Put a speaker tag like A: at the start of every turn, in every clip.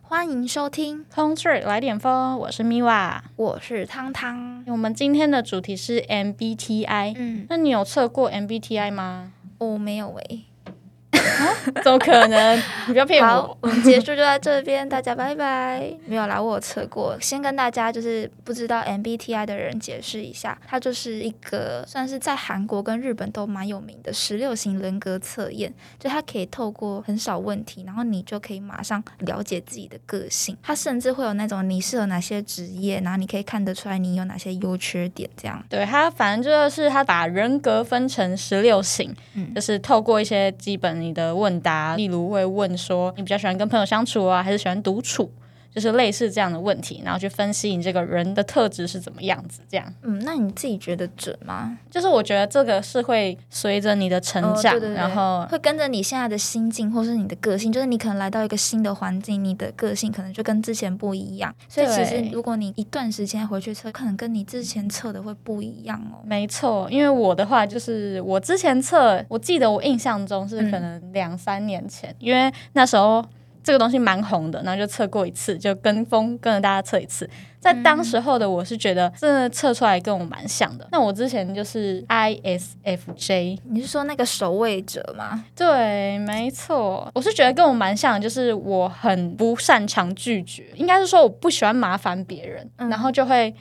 A: 欢迎收听，
B: Home Trip 来点风，我是 Miwa。
A: 我是汤汤。
B: 我们今天的主题是 MBTI，、
A: 嗯，
B: 那你有测过 MBTI 吗？
A: 我、没有诶、
B: 怎么可能？你不要骗
A: 好
B: 我。，
A: 我们结束就在这边，大家拜拜。没有啦，我有测过。先跟大家就是不知道 MBTI 的人解释一下，它就是一个算是在韩国跟日本都蛮有名的十六型人格测验，就它可以透过很少问题，然后你就可以马上了解自己的个性。它甚至会有那种你适合哪些职业，然后你可以看得出来你有哪些优缺点这样。
B: 对他，它反正就是他把人格分成十六型，
A: 嗯
B: 就是透过一些基本你的问答，例如会问说你比较喜欢跟朋友相处啊，还是喜欢独处，就是类似这样的问题，然后去分析你这个人的特质是怎么样子。这样，
A: 嗯，那你自己觉得准吗？
B: 就是我觉得这个是会随着你的成
A: 哦
B: 长，
A: 对对对
B: 然后
A: 会跟着你现在的心境，或是你的个性，就是你可能来到一个新的环境，你的个性可能就跟之前不一样。所以其实
B: 对
A: 如果你一段时间回去测，可能跟你之前测的会不一样哦。
B: 没错，因为我的话就是我之前测，我记得我印象中是可能两三年前，因为那时候这个东西蛮红的，然后就测过一次，就跟风跟着大家测一次。在当时候的我是觉得真的测出来跟我蛮像的。那我之前就是 ISFJ，
A: 你是说那个守卫者 吗？
B: 对，没错，我是觉得跟我蛮像的，就是我很不擅长拒绝，应该是说我不喜欢麻烦别人，
A: 嗯
B: 然后就会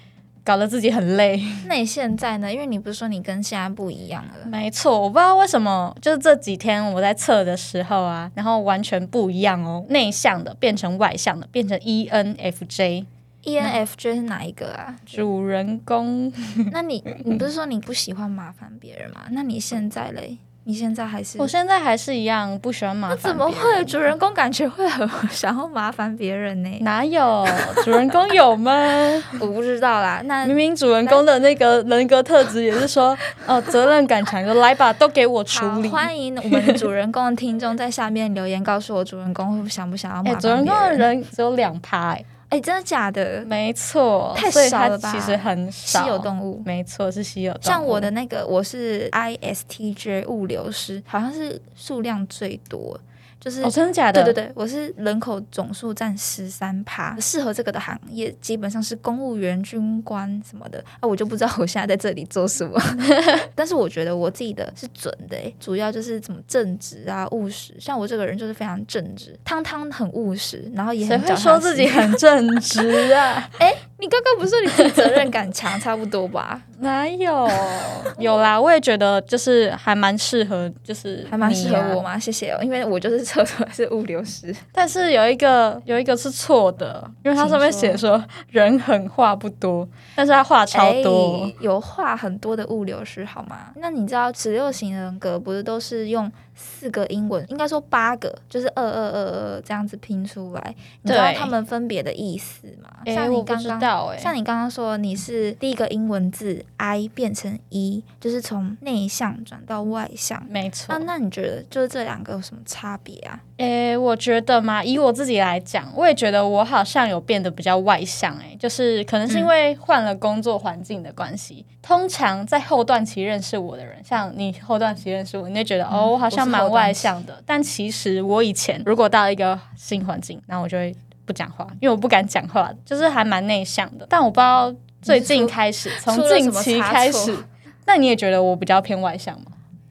B: 搞得自己很累。
A: 那你现在呢？因为你不是说你跟现在不一样了，
B: 没错，我不知道为什么，就是这几天我在测的时候啊，然后完全不一样哦，内向的变成外向的，变成 E ENFJ
A: E ，ENFJ 是哪一个 啊？
B: 主人公。
A: 那你你不是说你不喜欢麻烦别人吗？那你现在嘞？你现在还是
B: 我现在还是一样不喜欢麻
A: 那
B: 烦，
A: 怎 么会？？主人公感觉会很 想要麻烦别人呢？
B: 哪有主人公有吗？
A: 我不知道啦。那
B: 明明主人公的那个人格特质也 是说，哦，责任感强，就来吧，都给我处
A: 好，
B: 理。哎
A: 欢迎我们的主人公的听众在下面留言，告诉我主人公会不想不想要
B: 哎、
A: 麻
B: 主人
A: 烦别
B: 公的
A: 人？
B: 人只有两趴、哎，
A: 哎、真的假的？
B: 没错，
A: 太
B: 所以
A: 少
B: 他
A: 了吧
B: 其实很
A: 稀
B: 少
A: 有动物。
B: 没错，是稀有动物。
A: 像我的那个，我是 ISTJ 物流师，好像是数量最多，就是、
B: 哦，真的假的？
A: 对对对，我是人口总数占十三趴，适合这个的行业基本上是公务员、军官什么的。啊，我就不知道我现在在这里做什么， 但是我觉得我自己的是准的、欸，主要就是怎么正直啊、务实。像我这个人就是非常正直，汤汤很务实，然后也
B: 谁
A: 很
B: 会
A: 脚
B: 说
A: 踏
B: 自
A: 实
B: 己
A: 地？
B: 很正直啊？
A: 你刚刚不是说你自己责任感强，差不多吧？
B: 哪有？有啦，我也觉得就是还蛮适合，就是
A: 还蛮适合
B: 你
A: 我
B: 啊。
A: 嘛，谢谢哦。因为我就是 测出来是物流师，
B: 但是有一个有一个是错的，因为它上面写说人狠话不多，但是他话超多。
A: 哎有话很多的物流师好吗？那你知道十六型人格不是都是用四个英文，应该说八个，就是二二二二这样子拼出来？你知道
B: 对
A: 他们分别的意思吗？
B: 哎、
A: 像
B: 我
A: 你
B: 不
A: 刚
B: 知
A: 刚
B: 道哎、
A: 像你刚刚说，你是第一个英文字 I 变成 E，就是从内向转到外向。
B: 没错
A: 那，那你觉得就是这两个有什么差别啊？
B: 诶、我觉得嘛，以我自己来讲，我也觉得我好像有变得比较外向、诶，就是可能
A: 嗯
B: 是因为换了工作环境的关系。通常在后段期认识我的人，像你后段期认识我，你会觉
A: 嗯
B: 得、哦，我好像蛮外向的。但其实我以前如果到一个新环境，然后我就会不讲话，因为我不敢讲话，就是还蛮内向的。但我不知道最近开始，从
A: 出了
B: 近
A: 什么
B: 期
A: 差
B: 开
A: 错
B: 始，那你也觉得我比较偏外向吗？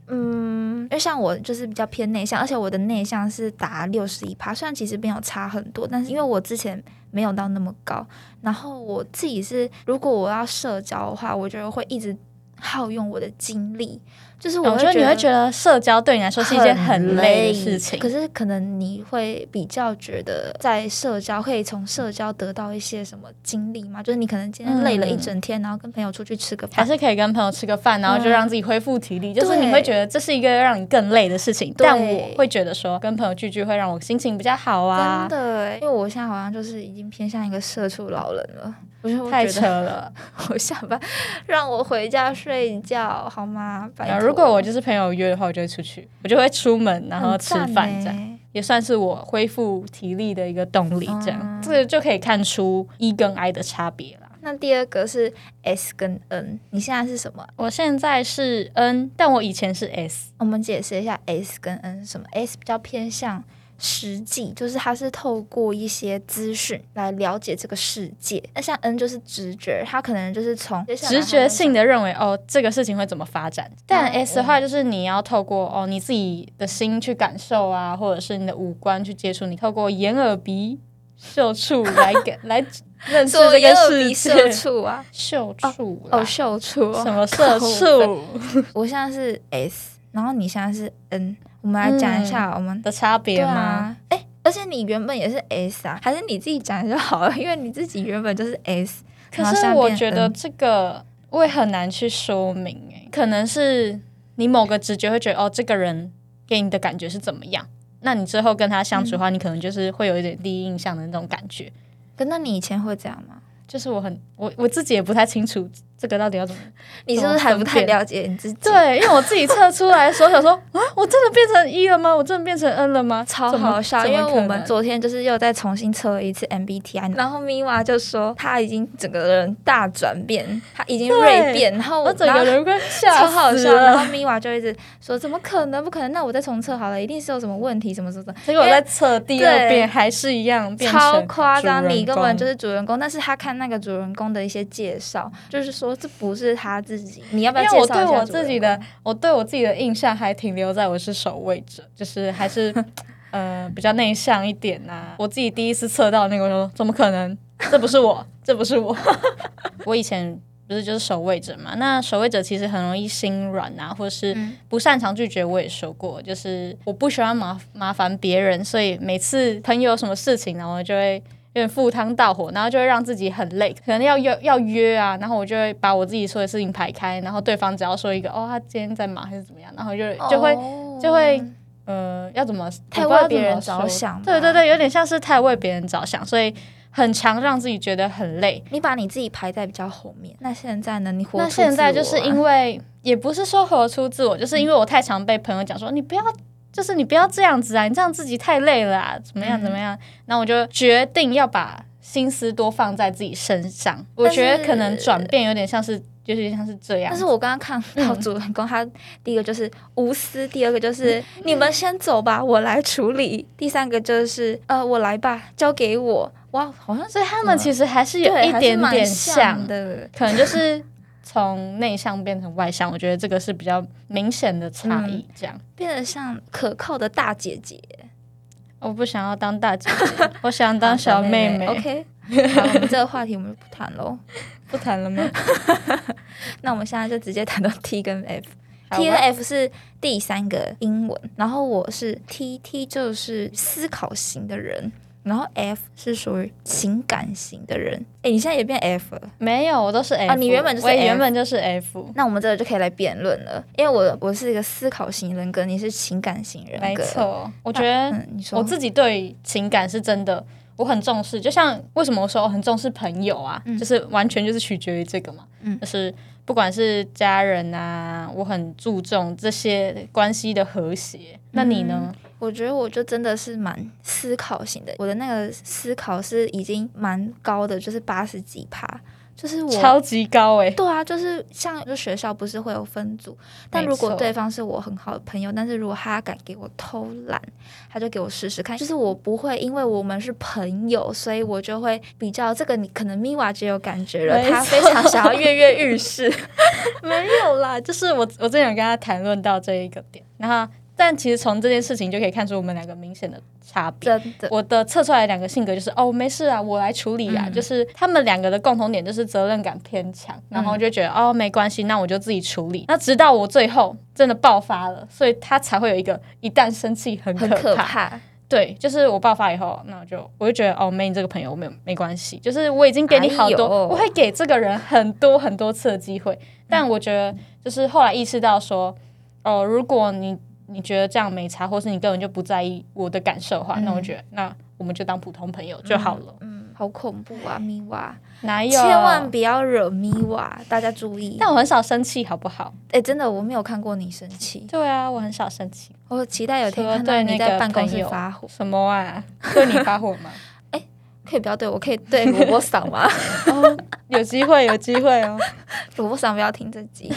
A: 嗯，因为像我就是比较偏内向，而且我的内向是达六十一趴，虽然其实没有差很多，但是因为我之前没有到那么高，然后我自己是如果我要社交的话，我觉得会一直耗用我的精力，就是我
B: 我觉哦得你会觉得社交对你来说是一件很累的事情。
A: 可是可能你会比较觉得在社交可以从社交得到一些什么经历吗？就是你可能今
B: 嗯
A: 天累了一整天，然后跟朋友出去吃个
B: 还
A: 饭，
B: 是可以跟朋友吃个饭，然后就
A: 嗯
B: 让自己恢复体力。就是你会觉得这是一个让你更累的事情，
A: 对
B: 但我会觉得说跟朋友聚聚会让我心情比较好啊
A: 真。的欸，因为我现在好像就是已经偏向一个社畜老人了。 我就
B: 太
A: 会觉
B: 扯
A: 得
B: 了！
A: 我下班让我回家睡觉好吗？拜托
B: 然啊后如果我就是朋友约的话，我就会出去，我就会出门，然后吃
A: 很
B: 饭
A: 赞，
B: 这样
A: 欸
B: 也算是我恢复体力的一个动力。这样，
A: 嗯
B: 这个就可以看出 E 跟 I 的差别啦。
A: 那第二个是 S 跟 N，你现在是什么？
B: 我现在是 N，但我以前是 S。
A: 我们解释一下 S 跟 N 是什么。S 比较偏向实际，就是他是透过一些资讯来了解这个世界。那像 N 就是直觉，他可能就是从接下来
B: 直觉性
A: 的
B: 的认为哦，这个事情会怎么发展。但
A: 嗯
B: S 的话，就是你要透过哦你自己的心去感受啊，或者是你的五官去接触，你透过眼、耳、鼻、嗅、触 来给来认识
A: 做
B: 这
A: 眼
B: 个
A: 耳
B: 世
A: 鼻社。
B: 界
A: 畜 啊，
B: 嗅触啦
A: 哦，社畜哦，
B: 什么社
A: 靠
B: 畜啊
A: 我现在是 S，然后你现在是 N，我们来讲一下我们、
B: 的差
A: 对
B: 别吗？
A: 啊，哎、而且你原本也是 S 啊，还是你自己讲就好了，因 为你自己原本就是 S，
B: 可
A: 然后现
B: 是
A: 在
B: 我
A: 变
B: 觉得
A: N
B: 这个我也很难去说明诶、可能是你某个直觉会觉得哦，这个人给你的感觉是怎么样？那你之后跟他相处的话，你可能就是会有一点第一印象的那种感觉。
A: 可那你以前会这样吗？
B: 就是我很我我自己也不太清楚这个到底要怎么
A: 你是不是还不太了解你自己？，
B: 对，因为我自己测出来的时候想说啊，我真的变成一了吗？我真的变成 N 了吗？
A: 超
B: 怎么
A: 好笑，
B: 怎
A: 因
B: 么
A: 为我
B: 可
A: 们
B: 能
A: 昨天就是又再重新测了一次 MBTI，然后 Miwa 就说他已经整个人大转变，他已经锐变，然后
B: 我整
A: 然后
B: 个人快吓
A: 超
B: 死
A: 好笑，然
B: 了。
A: 后 Miwa 就一直说怎么可能，不可能，那我再重测好了，一定是有什么问题，什么什么什么，
B: 结果我在测第
A: 对
B: 二遍还是一样，变成
A: 超夸
B: 主
A: 张，
B: 人
A: 你根本
B: 公
A: 就是主人公，但是他看那个主人公的一些介绍，就是说这不是他自己，你要不要
B: 因
A: 介绍一
B: 为我
A: 下
B: 对我
A: 主人
B: 自己
A: 公
B: 的，我对我自己的印象还停留在我是守卫者，就是还是呃比较内向一点呐、我自己第一次测到那个，我说怎么可能？这不是我， 这不是我。我以前不是就是守卫者嘛？那守卫者其实很容易心软啊，或是
A: 嗯
B: 不擅长拒绝。我也说过，就是我不喜欢麻麻烦别人，所以每次朋友有什么事情，然后我就会。有点赴汤蹈火，然后就会让自己很累，可能要约要约啊，然后我就会把我自己说的事情排开，然后对方只要说一个哦，他今天在忙还是怎么样，然后就就会、
A: 哦
B: 就会呃要怎么
A: 太
B: 我不知道
A: 为别
B: 怎么
A: 人着
B: 说
A: 想吧
B: 对对对，有点像是太为别人着想，所以很常让自己觉得很累。
A: 你把你自己排在比较后面，那现在呢？你活
B: 那
A: 出
B: 现
A: 自
B: 在就
A: 我
B: 是
A: 啊
B: 因为也不是说活出自我，就是因为我太常被朋友讲说你不要，就是你不要这样子啊，你这样自己太累了啊，怎么样
A: 嗯
B: 怎么样？那、我就决定要把心思多放在自己身上。我
A: 但是
B: 觉得可能转变有点像是，有点像是这样
A: 但。是我刚刚看到主人公，他第一个就是无私，第二个就是你们先走吧，我来处理，第三个就是呃，我来吧，交给我。哇，好像是
B: 所以他们其实嗯还是有
A: 对
B: 一
A: 还是
B: 点
A: 蛮
B: 点
A: 像的。
B: 可能就是从内向变成外向，我觉得这个是比较明显的差异。这样，
A: 变得像可靠的大姐姐、
B: 我不想要当大姐姐， 我想当小妹妹。
A: OK，好，我们这个话题我们就哦不谈喽。
B: 不谈了吗？
A: 那我们现在就直接谈到 T 跟 F。
B: 好
A: T 跟
B: 吧
A: F 是第三个英文，然后我是 T，T 就是思考型的人，然后 F 是属于情感型的人。哎，你现在也变 F 了，
B: 没有，我都是 F，、
A: 哦你原本就是
B: 我
A: F
B: 原本就是 F，
A: 那我们这个就可以来辩论了，因为我我是一个思考型人格，你是情感型人格，
B: 没错。我觉得
A: 嗯，你说
B: 我自己对情感是真的。我很重视，就像为什么我说我很重视朋友啊，
A: 嗯
B: 就是完全就是取决于这个嘛，
A: 嗯
B: 就是不管是家人啊，我很注重这些关系的和谐。
A: 嗯
B: 那你呢？
A: 我觉得我就真的是蛮思考型的，我的那个思考是已经蛮高的，就是八十几趴，就是我。
B: 超级高哎、
A: 对啊，就是像就学校不是会有分组，但
B: 没
A: 如果
B: 错
A: 对方是我很好的朋友，但是如果他敢给我偷懒，他就给我试试看。就是我不会因为我们是朋友，所以我就会比较这个你可能咪娃就有感觉了，
B: 没
A: 他非
B: 错
A: 常想要跃跃欲 试。
B: 没有啦，就是我我之前有跟他谈论到这一个点，然后但其实从这件事情就可以看出我们两个明显的差别。
A: 真的，
B: 我的测出来的两个性格就是哦，没事啊，我来处理啊，
A: 嗯
B: 就是他们两个的共同点就是责任感偏强，然后就觉得、哦没关系，那我就自己处理。那直到我最后真的爆发了，所以他才会有一个一旦生气很可
A: 很
B: 怕。
A: 可怕。
B: 对，就是我爆发以后，那我就我就觉得哦，没你这个朋友没有没关系，就是我已经给你好多，
A: 哎呦
B: 我会给这个人很多很多次的机会。但我觉得就是后来意识到说，哦，如果你你觉得这样没差，或是你根本就不在意我的感受的话，那我觉得那我们就当普通朋友就好了。
A: 嗯，好恐怖啊，咪娃，
B: 哪有？
A: 千万不要惹咪娃，大家注意。
B: 但我很少生气，好不好？
A: 哎、真的，我没有看过你生气，
B: 对啊，我很少生气。
A: 我期待有一天
B: 说
A: 看到
B: 对
A: 你
B: 那
A: 在
B: 个
A: 办公
B: 朋
A: 室
B: 友
A: 发火。
B: 什么啊？对你发火吗？
A: 可以不要对我，可以对萝卜扫吗？
B: 哦， 有机会，有机会哦。
A: 我不想不要听这 集。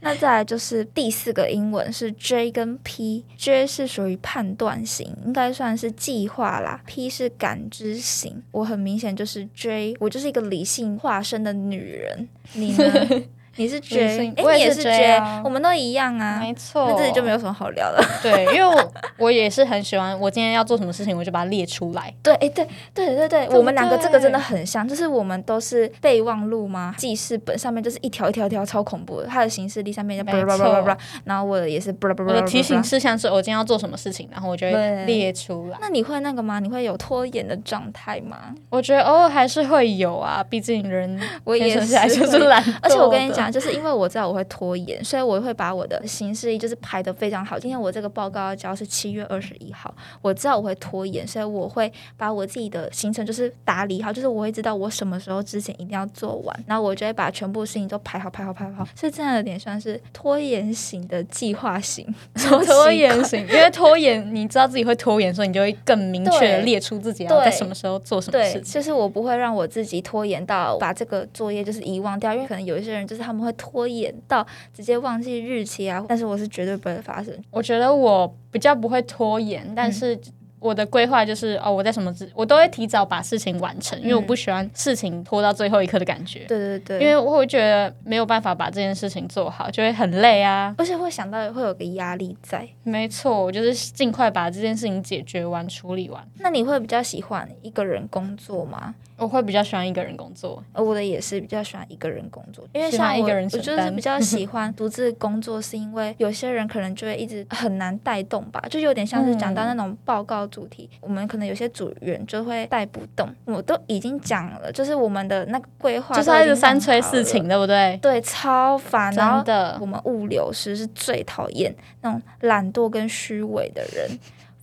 A: 那再来就是第四个英文是 J 跟 P，J 是属于判断型，应该算是计划啦；P 是感知型。我很明显就是 J，我就是一个理性化身的女人。你 呢？你是
B: 理
A: J，
B: 性
A: 哎、
B: 我
A: 你
B: 也
A: 也
B: 是 J
A: J，、
B: 啊
A: 我们都一样啊。
B: 没
A: 那
B: 错，
A: 这里就没有什么好聊的。
B: 对，因为我我也是很喜欢，我今天要做什么事情，我就把它列出来。
A: 对，哎，对，对，对，对，
B: 对
A: 我们两个
B: 对
A: 这个真的很像，就是我们都是备忘录嘛，记事本上面就是一条一条一条超恐怖的，它的形式力上面就
B: 没
A: 叭叭叭
B: 错
A: 叭叭，然后我的也是叭叭叭
B: 我
A: 叭
B: 的
A: 叭。
B: 提醒事项是我今天要做什么事情，然后我就
A: 对
B: 会列出来。
A: 那你会那个吗？你会有拖延的状态吗？
B: 我觉得偶尔还是会有啊，毕竟人
A: 我也
B: 天生下来
A: 是
B: 就是懒惰的。
A: 而且我跟你 讲，就是因为我知道我会拖延，所以我会把我的行事历就是排得非常好。今天我这个报告要交是七月二十一号，我知道我会拖延，所以我会把我自己的行程就是打理好，就是我会知道我什么时候之前一定要做完，然后我就会把全部事情都排好、排好、排好排好。所以这样有点算是拖延型的计划型，超奇怪
B: 拖延型，因为拖延，你知道自己会拖延，所以你就会更明确的列出自己要
A: 对
B: 在什么时候做什么
A: 对，
B: 事情。
A: 就是我不会让我自己拖延到把这个作业就是遗忘掉，因为可能有一些人就是他们会拖延到直接忘记日期啊，但是我是绝对不会发生。
B: 我觉得我比较不会拖延，
A: 嗯
B: 但是我的规划就是哦，我在什么之，我都会提早把事情完成，
A: 嗯
B: 因为我不喜欢事情拖到最后一刻的感觉，
A: 对对对，
B: 因为我会觉得没有办法把这件事情做好，就会很累啊。
A: 而且会想到会有个压力在。
B: 没错，我就是尽快把这件事情解决完、处理完。
A: 那你会比较喜欢一个人工作吗？
B: 我会比较喜欢一个人工作，
A: 呃我的也是比较喜欢一个人工作，因为
B: 喜欢
A: 像我，
B: 一个人
A: 我
B: 承
A: 就是
B: 担
A: 比较喜欢独自工作，是因为有些人可能就会一直很难带动吧， 就有点像是讲到那种报告主题，我们可能有些组员就会带不动。我都已经讲了，就是我们的那个规划，
B: 就是他一直三催四请，，对不对？
A: 对，超烦。然后
B: 真的
A: 我，们物流师是最讨厌那种懒惰跟虚伪的人，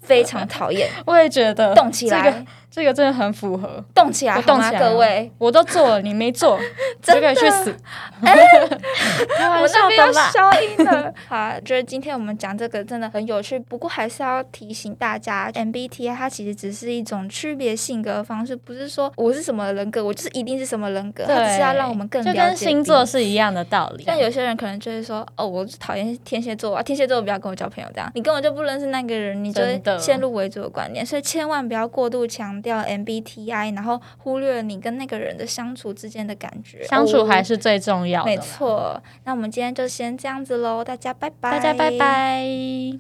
A: 非常讨厌。
B: 我也觉得
A: 动起
B: 这
A: 来
B: 个，这个真的很符合。
A: 动起来，
B: 就动
A: 好吗
B: 起来
A: 各
B: 了
A: 位。
B: 我都做了，你没做，你 就
A: 真的哎
B: 可以去死。 开玩
A: 我
B: 笑
A: 那边
B: 的
A: 要
B: 啦。
A: 消音 了。好，就是今天我们讲这个真的很有趣，不过还是要提醒大家，MBTI 它其实只是一种区别性格方式，不是说我是什么人格，我就是一定是什么人格，它只是要让我们更
B: 就
A: 了
B: 跟
A: 解
B: 星
A: 彼
B: 座
A: 此。
B: 是一样的道理。啊
A: 像有些人可能就会说，哦，我就讨厌天蝎座啊，天蝎座不要跟我交朋友，这样你根本就不认识那个人，你就会
B: 真的
A: 陷入为主的观念，所以千万不要过度强调 MBTI，然后忽略你跟那个人的相处之间的感觉，哦
B: 相处还
A: 是。
B: 是最重要的。
A: 没，错，那我们今天就先这样子喽，大家拜拜，
B: 大家拜。拜。